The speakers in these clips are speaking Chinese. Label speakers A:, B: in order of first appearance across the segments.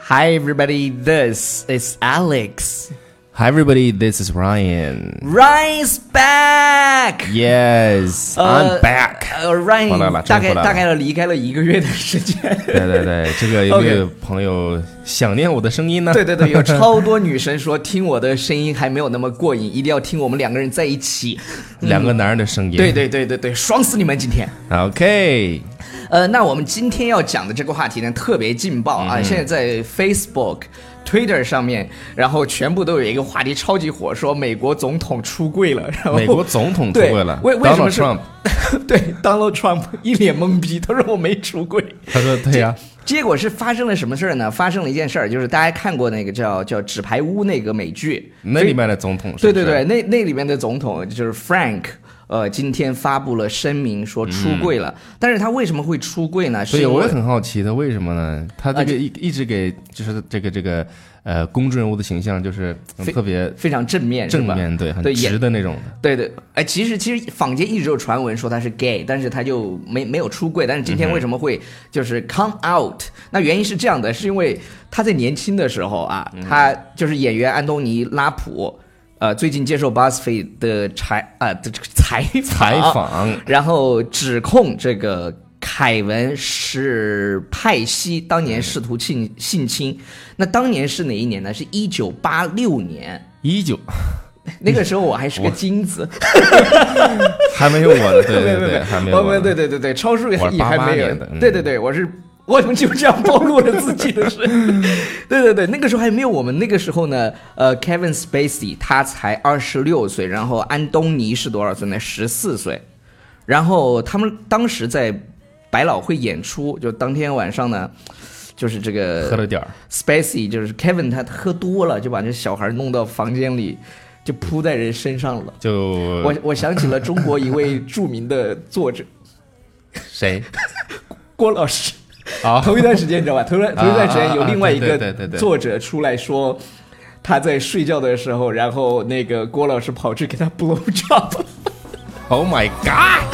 A: Hi everybody, this is Alex.
B: Hi, everybody. This is Ryan.
A: Ryan's back.
B: Yes, I'm
A: 呃
B: back.
A: 呃
B: 回来
A: ，Ryan
B: 了
A: 大概
B: 真回来了
A: 大概要离开了一个月的时间。
B: 对对对，这个有没有
A: OK
B: 朋友想念我的声音呢？
A: 对对对，有超多女生说听我的声音还没有那么过瘾，一定要听我们两个人在一起。
B: 两个男人的声音。
A: 对对对对对，爽死你们今天！
B: ，OK，
A: 呃，那我们今天要讲的这个话题呢，特别劲爆
B: 嗯
A: 啊！现在在 Facebook、Twitter 上面，然后全部都有一个话题超级火，说美国总统出柜了，然后
B: 美国总统出
A: 对
B: 柜了
A: 为为什么
B: Donald
A: 是
B: Trump。
A: 对，Donald Trump 一脸懵逼，他说我没出柜。
B: 他说：“对呀、
A: 结果是发生了什么事儿呢？发生了一件事儿，就是大家看过那个叫叫《纸牌屋》那个美剧，
B: 那里面的总统是
A: 对
B: 不
A: 对对，，
B: 是
A: 那那里面的总统就是 Frank，呃，今天发布了声明说出柜了，但是他为什么会出柜呢？是
B: 所以
A: 因
B: 嗯我也
A: 为
B: 很好奇他为什么呢？他这
A: 啊
B: 个一一直给就是这个这个呃公众人物的形象就是嗯
A: 非
B: 特别
A: 非常正面，
B: 正
A: 是吧
B: 面，对，很
A: 对也
B: 直的那种的。
A: 对对，哎，其实其实坊间一直有传闻说他是 gay，但是他就没没有出柜。但是今
B: 嗯
A: 天为什么会就是 come out？、那原因是这样的，是因为他在年轻的时候啊，
B: 嗯
A: 他就是演员安东尼拉普，呃，最近接受 BuzzFeed 的采啊、的这个采访
B: 采访
A: 然后指控这个凯文是派西当
B: 嗯
A: 年试图性性侵。那当年是哪一年呢？是一九八六年。
B: 依旧
A: 那个时候我还是个
B: 我
A: 精子，
B: 还没有我的，对
A: 没有
B: 对
A: 没有
B: 对，还没有
A: 我
B: 我
A: 们
B: 的。
A: 对对对对，超叔也
B: 我是
A: 还
B: 88
A: 没有
B: 年的，嗯
A: 对对对，我是我怎么就这样暴露了自己的事？ 对对对，那个时候还没有我们，那个时候呢，呃，Kevin Spacey 他才二十六岁，然后安东尼是多少岁呢？十四岁，然后他们当时在百老汇演出，就当天晚上呢。就是这个
B: 喝了点儿，
A: Spacey 就是 Kevin，他喝多了就把这小孩弄到房间里，就扑在人身上了。
B: 就
A: 我我想起了中国一位著名的作者，
B: 谁
A: 郭老师。
B: 啊？
A: 头一段时间你知道吧？头一段头一段时间有另外一
B: 啊啊
A: 个
B: 啊对对对对对
A: 作者出来说，他在睡觉的时候，然后那个郭老师跑去给他 blow job。
B: Oh my god！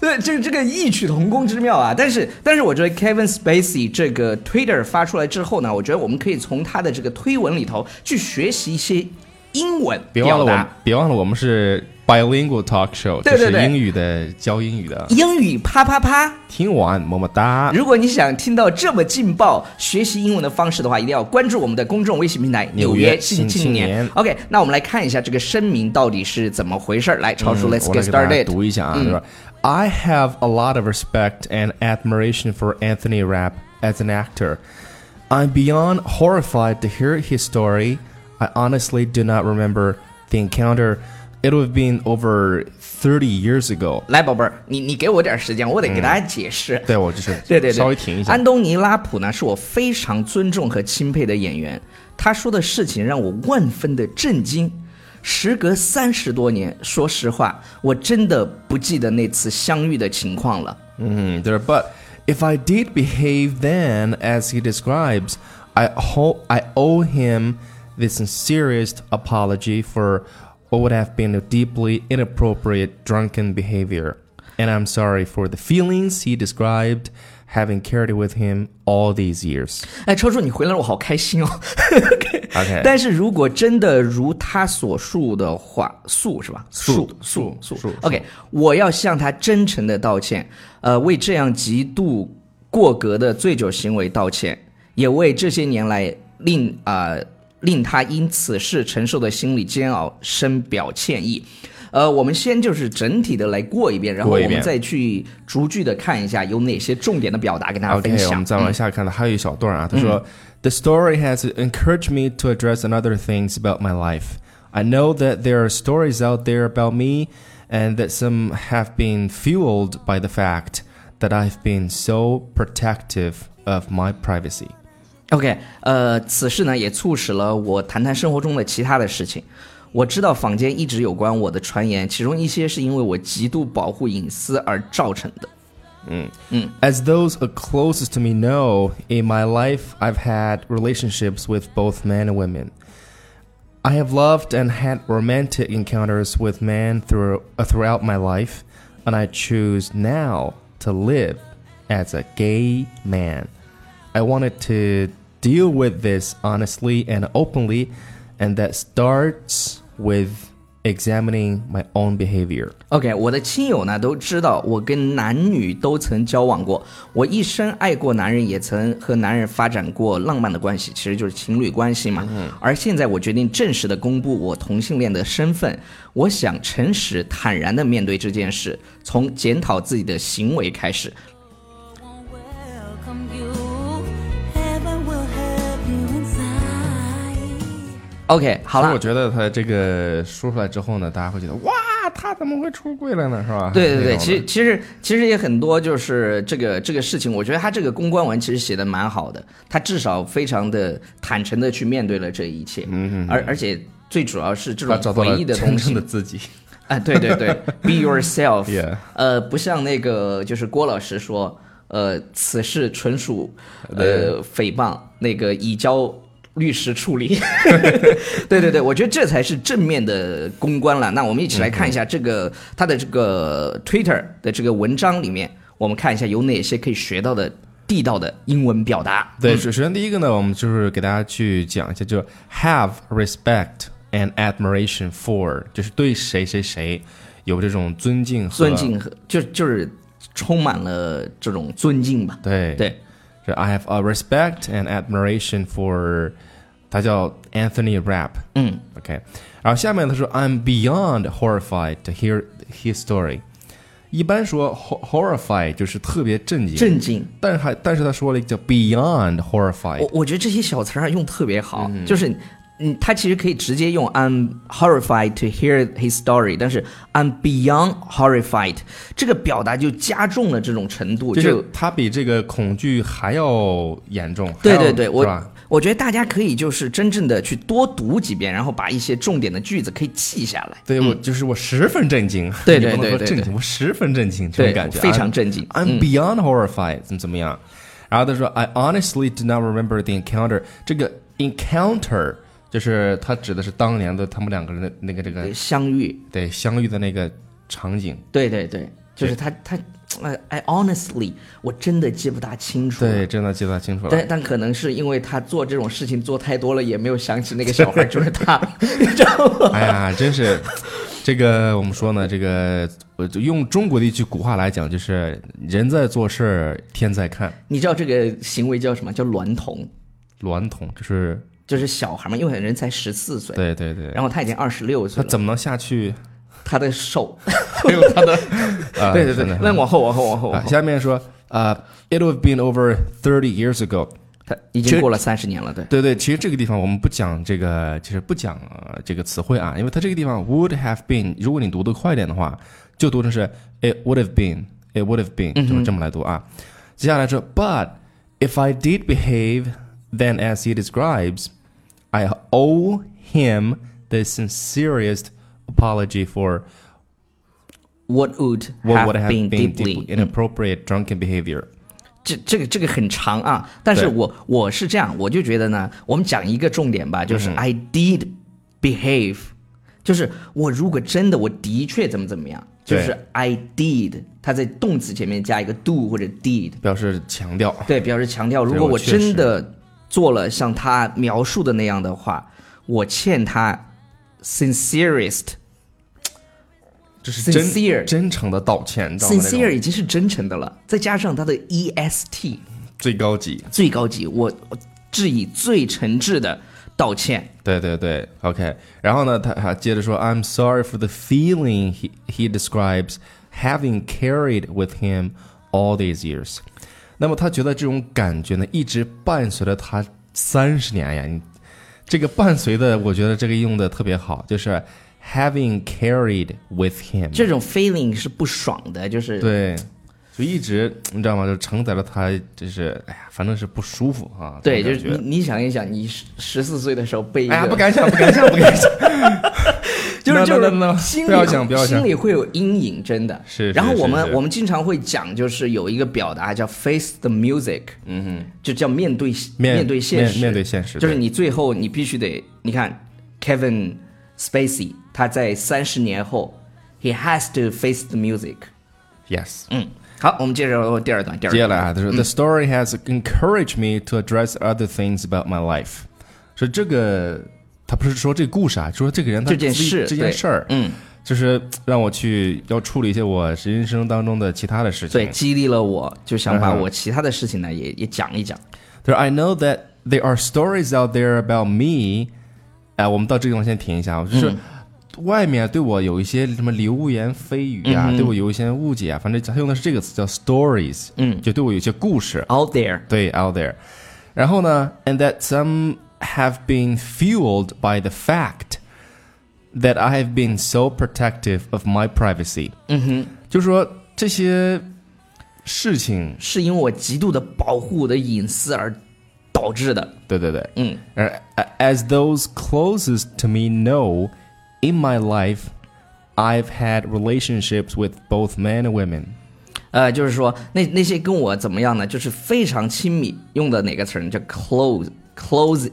A: 对，这这个异曲同工之妙啊！但是，但是我觉得 Kevin Spacey 这个 Twitter 发出来之后呢，我觉得我们可以从他的这个推文里头去学习一些英文
B: 别
A: 表
B: 忘了我们
A: 达。，
B: 别忘了我们是 bilingual talk show，
A: 对对
B: 就
A: 对
B: 是英语的教英语的。
A: 英语啪啪啪，
B: 听完么么哒。
A: 啊如果你想听到这么劲爆学习英文的方式的话，一定要关注我们的公众微信平台《纽
B: 纽
A: 约
B: 约
A: 新
B: 新
A: 青
B: 青
A: 年》
B: 年
A: OK，那我们来看一下这个声明到底是怎么回事儿。来，超叔、
B: 嗯
A: l e t s
B: 我来
A: get
B: 给大家
A: started。
B: 读一下啊，就是 I have a lot of respect and admiration for Anthony Rapp as an actor. I'm beyond horrified to hear his story. I honestly do not remember the encounter. It would have been over 30 years ago.
A: 来，宝贝儿，你你给我点儿时间，我得给大家解释。
B: 对，我就是
A: 对对对，
B: 嗯稍微停一下。
A: 安东尼·拉普呢，是我非常尊重和钦佩的演员，他说的事情让我万分的震惊。时隔三十多年，说实话，我真的不记得那次相遇的情况了。
B: Mm, there, but if I did behave then as he describes, I ho- I owe him the sincerest apology for what would have been a deeply inappropriate drunken behavior, and I'm sorry for the feelings he described having carried with him all these years.
A: 哎，超叔，你回来了，我好开心 哦。
B: OK，
A: 但是如果真的如他所述的话，诉是吧？
B: 诉
A: 诉
B: 诉
A: 诉
B: 诉。
A: OK，我要向他真诚的道歉，呃，为这样极度过格的醉酒行为道歉，也为这些年来令啊、令他因此事承受的心理煎熬深表歉意。呃，我们先就是整体的来过一遍，然后
B: 过一
A: 我们
B: 遍
A: 再去逐句的看一下有哪些重点的表达跟大家分
B: OK，我
A: 享
B: 们。再往下看到还有一小段啊，他说、t h e story has encouraged me to address another things about my life. I know that there are stories out there about me, and that some have been fueled by the fact that I've been so protective of my privacy.
A: OK，呃，此事呢也促使了我谈谈生活中的其他的事情。我知道坊间一直有关我的传言，其中一些是因为我极度保护隐私而造成的。
B: As those are closest to me know, in my life I've had relationships with both men and women. I have loved and had romantic encounters with men through, uh, throughout my life, and I choose now to live as a gay man. I wanted to deal with this honestly and openly, and that starts with examining my own behavior.
A: OK，我的亲友呢都知道，我跟男女都曾交往过，我一生爱过男人，也曾和男人发展过浪漫的关系，其实就是情侣关系嘛。而现在我决定正式的公布我同性恋的身份，我想诚实坦然的面对这件事，从检讨自己的行为开始。
C: won't welcome you. Heaven will help you inside.
A: OK，好了，
B: 所以我觉得他这个说出来之后呢，大家会觉得哇，他怎么会出柜了呢？是吧？
A: 对对对，其实其实其实也很多，就是这个这个事情，我觉得他这个公关文其实写的蛮好的，他至少非常的坦诚的去面对了这一切，嗯，而而且最主要是这种回忆的东西，哎，对对 对，be yourself，
B: Yeah
A: 呃，不像那个就是郭老师说，呃，此事纯属呃诽谤，那个已交。律师处理， 对对对，我觉得这才是正面的公关了。那我们一起来看一下这个他的这个 Twitter 的这个文章里面，我们看一下有哪些可以学到的地道的英文表达。
B: 对，首首先第一个呢，我们就是给大家去讲一下，就 have respect and admiration for，就是对谁谁谁有这种尊敬和
A: 尊。敬和就就是充满了这种尊敬吧。
B: 对，
A: 对，
B: 这 I have a respect and admiration for，他叫 Anthony Rapp。
A: 嗯
B: OK，然后下面他说 I'm beyond horrified to hear his story。一般说 hor- horrified 就是特别震惊，
A: 震惊。
B: 但是还但是他说了一个叫 beyond horrified，
A: 我我觉得这些小词儿用特别好，就是嗯，他其实可以直接用 I'm horrified to hear his story，但是 I'm beyond horrified 这个表达就加重了这种程度，
B: 就
A: 就是
B: 他比这个恐惧还要严重。
A: 对
B: 还要
A: 对对，
B: 嗯是
A: 我
B: 吧？
A: 我觉得大家可以就是真正的去多读几遍，然后把一些重点的句子可以记下来。
B: 对我就是我十分震惊，
A: 嗯对
B: 你
A: 对
B: 不能
A: 对
B: 说
A: 对
B: 震
A: 对
B: 惊，我十分震惊这
A: 对
B: 种感觉，啊嗯
A: 非常震惊
B: I'm, I'm beyond horrified，怎么怎么样？然后他说，I honestly do not remember the encounter。这个 encounter 就是他指的是当年的他们两个人的那个这个
A: 嗯相遇，
B: 对相遇的那个场景。
A: 对对对，就是他他，呃，I honestly 我真的记不大清楚了。
B: 对，真的记得清楚了
A: 但。但可能是因为他做这种事情做太多了，也没有想起那个小孩就是他， 你知道吗？
B: 哎呀，真是，这个我们说呢，这个我就用中国的一句古话来讲，就是人在做事儿，天在看。
A: 你知道这个行为叫什么？叫娈童，
B: 娈童就是
A: 就是小孩嘛，因为人才十四岁，
B: 对对对，
A: 然后他已经二十六岁
B: 他
A: 了，
B: 怎么能下去？
A: 他的手，
B: 还有他的，啊
A: 对对对
B: 真的，
A: 那往后往后往后
B: 啊
A: 往，后，
B: 下面说，呃，it would have been over thirty years ago。
A: 他已
B: 其
A: 经
B: 实
A: 过了三十年了，对，
B: 对对，其实这个地方我们不讲这个，其实不讲、呃这个词汇啊，因为它这个地方 would have been，如果你读得快一点的话，就读成是 it would have been，it would have
A: 嗯
B: been，这么这么来读啊。接下来说，but if I did behave then as he describes, I owe him the sincerest apology for
A: What would
B: what would have
A: been
B: been
A: deeply
B: deeply inappropriate drunken behavior。
A: 这这个这个很长啊，但是
B: 对
A: 我我是这样，我就觉得呢，我们讲一个重点吧，
B: 嗯
A: 就是 I did behave，、就是我如果真的我的确怎么怎么样，就
B: 对
A: 是 I did，它在动词前面加一个 do 或者 did，
B: 表示强调。
A: 对，表示强调，如果
B: 我
A: 我
B: 确实
A: 真的做了像他描述的那样的话，我欠他 sincerest
B: 这是真
A: Sincere
B: 真诚的道歉，你知道吗那种
A: sincere 已经是真诚的了，再加上他的 E est
B: 最高级。
A: 最高级，我我致以最诚挚的道歉。
B: 对对对，OK。然后呢，他还接着说，I'm sorry for the feeling he he describes having carried with him all these years。那么他觉得这种感觉呢，一直伴随着他三十年呀。你这个伴随的，我觉得这个用的特别好，就是 having carried with him。
A: 这种 feeling 是不爽的，就是
B: 对，就一直你知道吗？就承载了他，就是哎呀，反正是不舒服啊。
A: 对
B: 这
A: 就
B: 种
A: 是
B: 感觉
A: 你你想一想，你十十四岁的时候被一个，
B: 哎呀，不敢想，不敢想，不敢想。
A: 就是
B: No,
A: 就
B: no, no, no,
A: 是心里
B: 不要想不要想
A: 心里会有阴影，真的
B: 是是
A: 然后我
B: 是
A: 们
B: 是
A: 我们经常会讲，就是有一个表达叫 face the music，嗯哼，就叫面对
B: 面
A: 对现实，
B: 面面对现实
A: 就是
B: 对
A: 你最后你必须得，你看 Kevin Spacey，他在三十年后，he has to face the music。
B: Yes，
A: 嗯，好，我们接着第二段，第二段
B: 接下来啊，他说、The
A: 嗯
B: story has encouraged me to address other things about my life。说这个，他不是说这个故事啊，说这个人他
A: 这件
B: 自己
A: 事，
B: 这
A: 对
B: 件事儿，
A: 嗯，
B: 就是让我去要处理一些我人生当中的其他的事情。
A: 对，激励了我，就想把
B: 嗯哼
A: 我其他的事情呢也也讲一讲。
B: 他说 I know that there are stories out there about me。哎，我们到这个地方先停一下啊，就是。外面对我有一些什么流言蜚语啊，
A: 嗯哼
B: 对我有一些误解啊，反正他用的是这个词叫 stories，
A: 嗯
B: 就对我有一些故事，
A: Out there，
B: 对，out there。然后呢，and that some have been fueled by the fact that I have been so protective of my privacy。
A: 嗯哼，
B: 就是说这些事情，
A: 是因为我极度的保护我的隐私而导致的。
B: 对对对，
A: 嗯
B: 而 Er, as those closest to me know in my life。I've had relationships with both men and women。
A: 呃，就是说那那些跟我怎么样呢？就是非常亲密，用的哪个词儿呢？叫 close close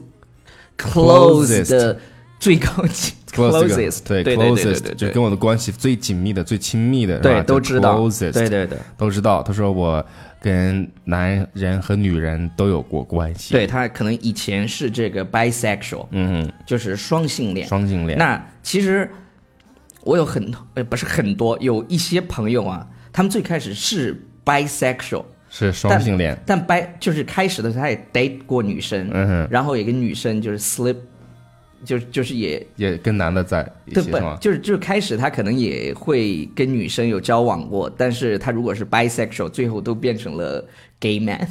A: close 的最高 级
B: closest，
A: 对对对对
B: ，closest
A: 对
B: 就
A: 对
B: 跟我的关系最紧密的、最亲密的，是吧
A: 对
B: 叫
A: 都知道，
B: closest
A: 对对对，
B: 都知道，他说我跟男人和女人都有过关系，
A: 对，他可能以前是这个 bisexual，
B: 嗯，
A: 就是双性恋。
B: 双性恋，
A: 那其实我有很呃不是很多，有一些朋友啊，他们最开始是 bisexual，
B: 是双性恋，
A: 但 bi 就是开始的时候他也 date 过女生，
B: 嗯哼，
A: 然后也跟女生就是 slip，就是就是也
B: 也跟男的在一
A: 对
B: 起
A: 不
B: 是吗？
A: 就是就是开始他可能也会跟女生有交往过，但是他如果是 bisexual，最后都变成了 gay man。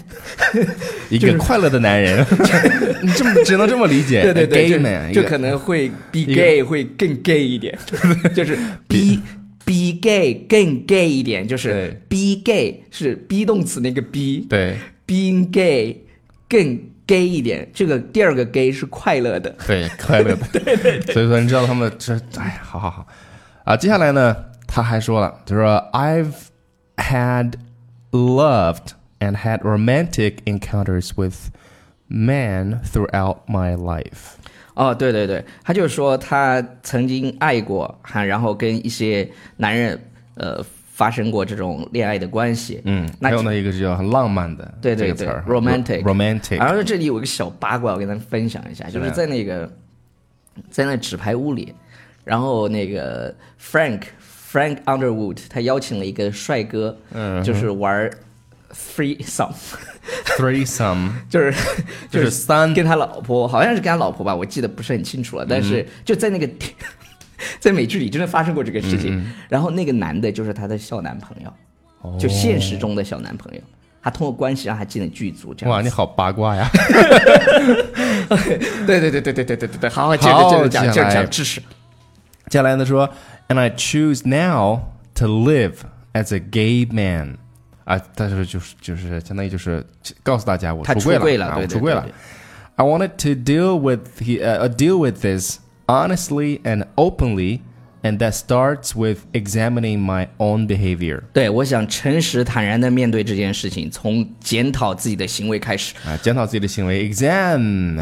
B: 一
A: 就
B: 个
A: 是
B: 快乐的男人， 你这么只能这么理解，
A: 对
B: 哎
A: 对对，
B: ，gay
A: 就
B: man，
A: 就
B: 一个
A: 可能 会比
B: 一个
A: gay 会更 gay 一点， 就是比比 gay 更 gay 一点，就是
B: 对
A: be gay 是 be 动词那个 be
B: 对
A: being gay 更 gay 一点，这个第二个 gay 是快乐的。
B: 对快乐的， 对对，所以说你知道他们这，哎呀，好好好啊，接下来呢，他还说了，他说 I've had loved and had romantic encounters with men throughout my life。
A: 哦，对对对，他就说他曾经爱过哈，然后跟一些男人呃发生过这种恋爱的关系。
B: 嗯，
A: 那
B: 还有
A: 就
B: 那一个是叫很浪漫的，
A: 对对
B: 这个词儿
A: 对，romantic
B: romantic，
A: 然后这里有一个小八卦，我跟大家分享一下，就是在那个在那纸牌屋里，然后那个 Frank Frank Underwood 他邀请了一个帅哥，
B: 嗯
A: 就是玩 free some，
B: threesome
A: 就是
B: 就是是三
A: 跟他老婆，好像是跟他老婆吧，我记得不是很清
B: 嗯
A: 楚了，但是就在那个 在美剧里真的发生过这个事
B: 嗯
A: 情，然后那个男的就是他的小男朋友，就现实中的小男朋友。他通过关系让他进了剧组，这样
B: 哇，
A: 子
B: 你好八卦呀！
A: 对对对对对对对对对，好，接着
B: 好
A: 接着讲，接
B: 接下
A: 着
B: 来
A: 讲知识。
B: 接下来呢说，and I choose now to live as a gay man，啊，他说就是就是相当于就是告诉大家我
A: 他
B: 出
A: 柜
B: 柜
A: 了，
B: 啊
A: 对
B: 我
A: 对
B: 出柜
A: 对
B: 了
A: 对。
B: I wanted to deal with he, uh, deal with this honestly and openly, and that starts with examining my own behavior。
A: 对，我想诚实坦然的面对这件事情，从检讨自己的行为开始。
B: 啊，检讨自己的行为，examine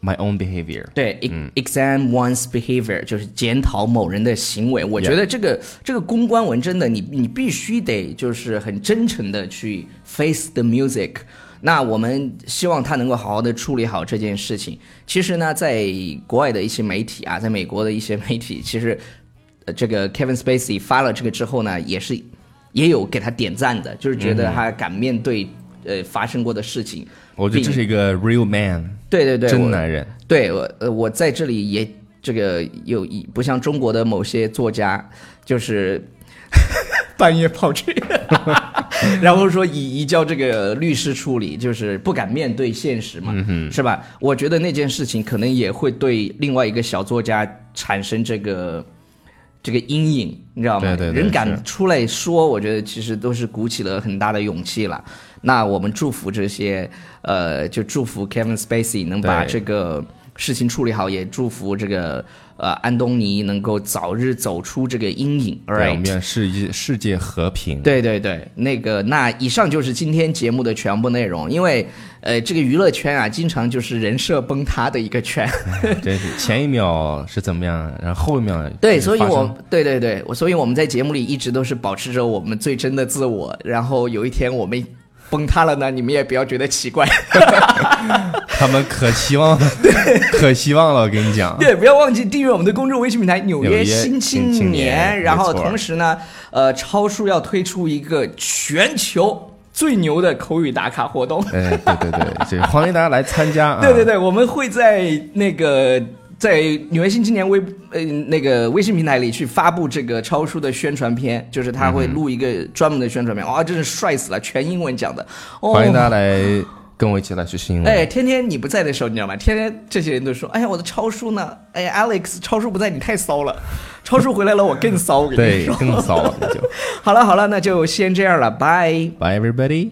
B: my own behavior。
A: 对、e x a m one's behavior 就是检讨某人的行为。我觉得这个这个公关文真的，你你必须得就是很真诚的去 face the music。那我们希望他能够好好的处理好这件事情。其实呢，在国外的一些媒体啊，在美国的一些媒体，其实呃这个 Kevin Spacey 发了这个之后呢，也是也有给他点赞的，就是觉得他敢面对、呃发生过的事情。
B: 我觉得这是一个 real man，
A: 对对对，
B: 真
A: 我
B: 男人。
A: 对我，呃，我在这里也这个有一不像中国的某些作家，就是 半夜跑去， 然后说以移交这个律师处理，就是不敢面对现实
B: 嗯
A: 嘛，是吧？我觉得那件事情可能也会对另外一个小作家产生这个。这个阴影，你知道吗？
B: 对对对
A: 人敢
B: 是
A: 出来说，我觉得其实都是鼓起了很大的勇气了。那我们祝福这些，呃，就祝福 Kevin Spacey 能把
B: 对
A: 这个事情处理好，也祝福这个呃安东尼能够早日走出这个阴影。All
B: 对，我
A: right，
B: 们愿世界世界和平。
A: 对对对，那个那以上就是今天节目的全部内容，因为呃这个娱乐圈啊，经常就是人设崩塌的一个圈。
B: 真是前一秒是怎么样，然后后一秒
A: 对，
B: 就是
A: 所以
B: 发生
A: 我对对对，我所以我们在节目里一直都是保持着我们最真的自我，然后有一天我们崩塌了呢，你们也不要觉得奇 怪，
B: 他们可希望，可希望了，我跟你讲，
A: 对，不要忘记订阅我们的公众微信平台《纽
B: 纽
A: 约
B: 约
A: 新
B: 新
A: 青
B: 青年
A: 然后
B: 没错
A: 同时呢，呃，超叔要推出一个全球最牛的口语打卡活动。
B: 哎，对对对，这欢迎大家来参加啊！
A: 对对对，我们会在那个在纽约新青年微呃那个微信平台里去发布这个超叔的宣传片，就是他会录一个专门的宣传
B: 嗯
A: 片，哇、真是帅死了，全英文讲的。哦、
B: 欢迎大家来跟我一起来学习英文。
A: 哎，天天你不在的时候，你知道吗？天天这些人都说：“哎呀，我的超叔呢？哎呀，Alex，超叔不在，你太骚了。超叔回来了，我更骚。”我跟你
B: 对
A: 说，，
B: 更骚了，那就。
A: 好了好了，那就先这样了，拜。
B: Bye everybody.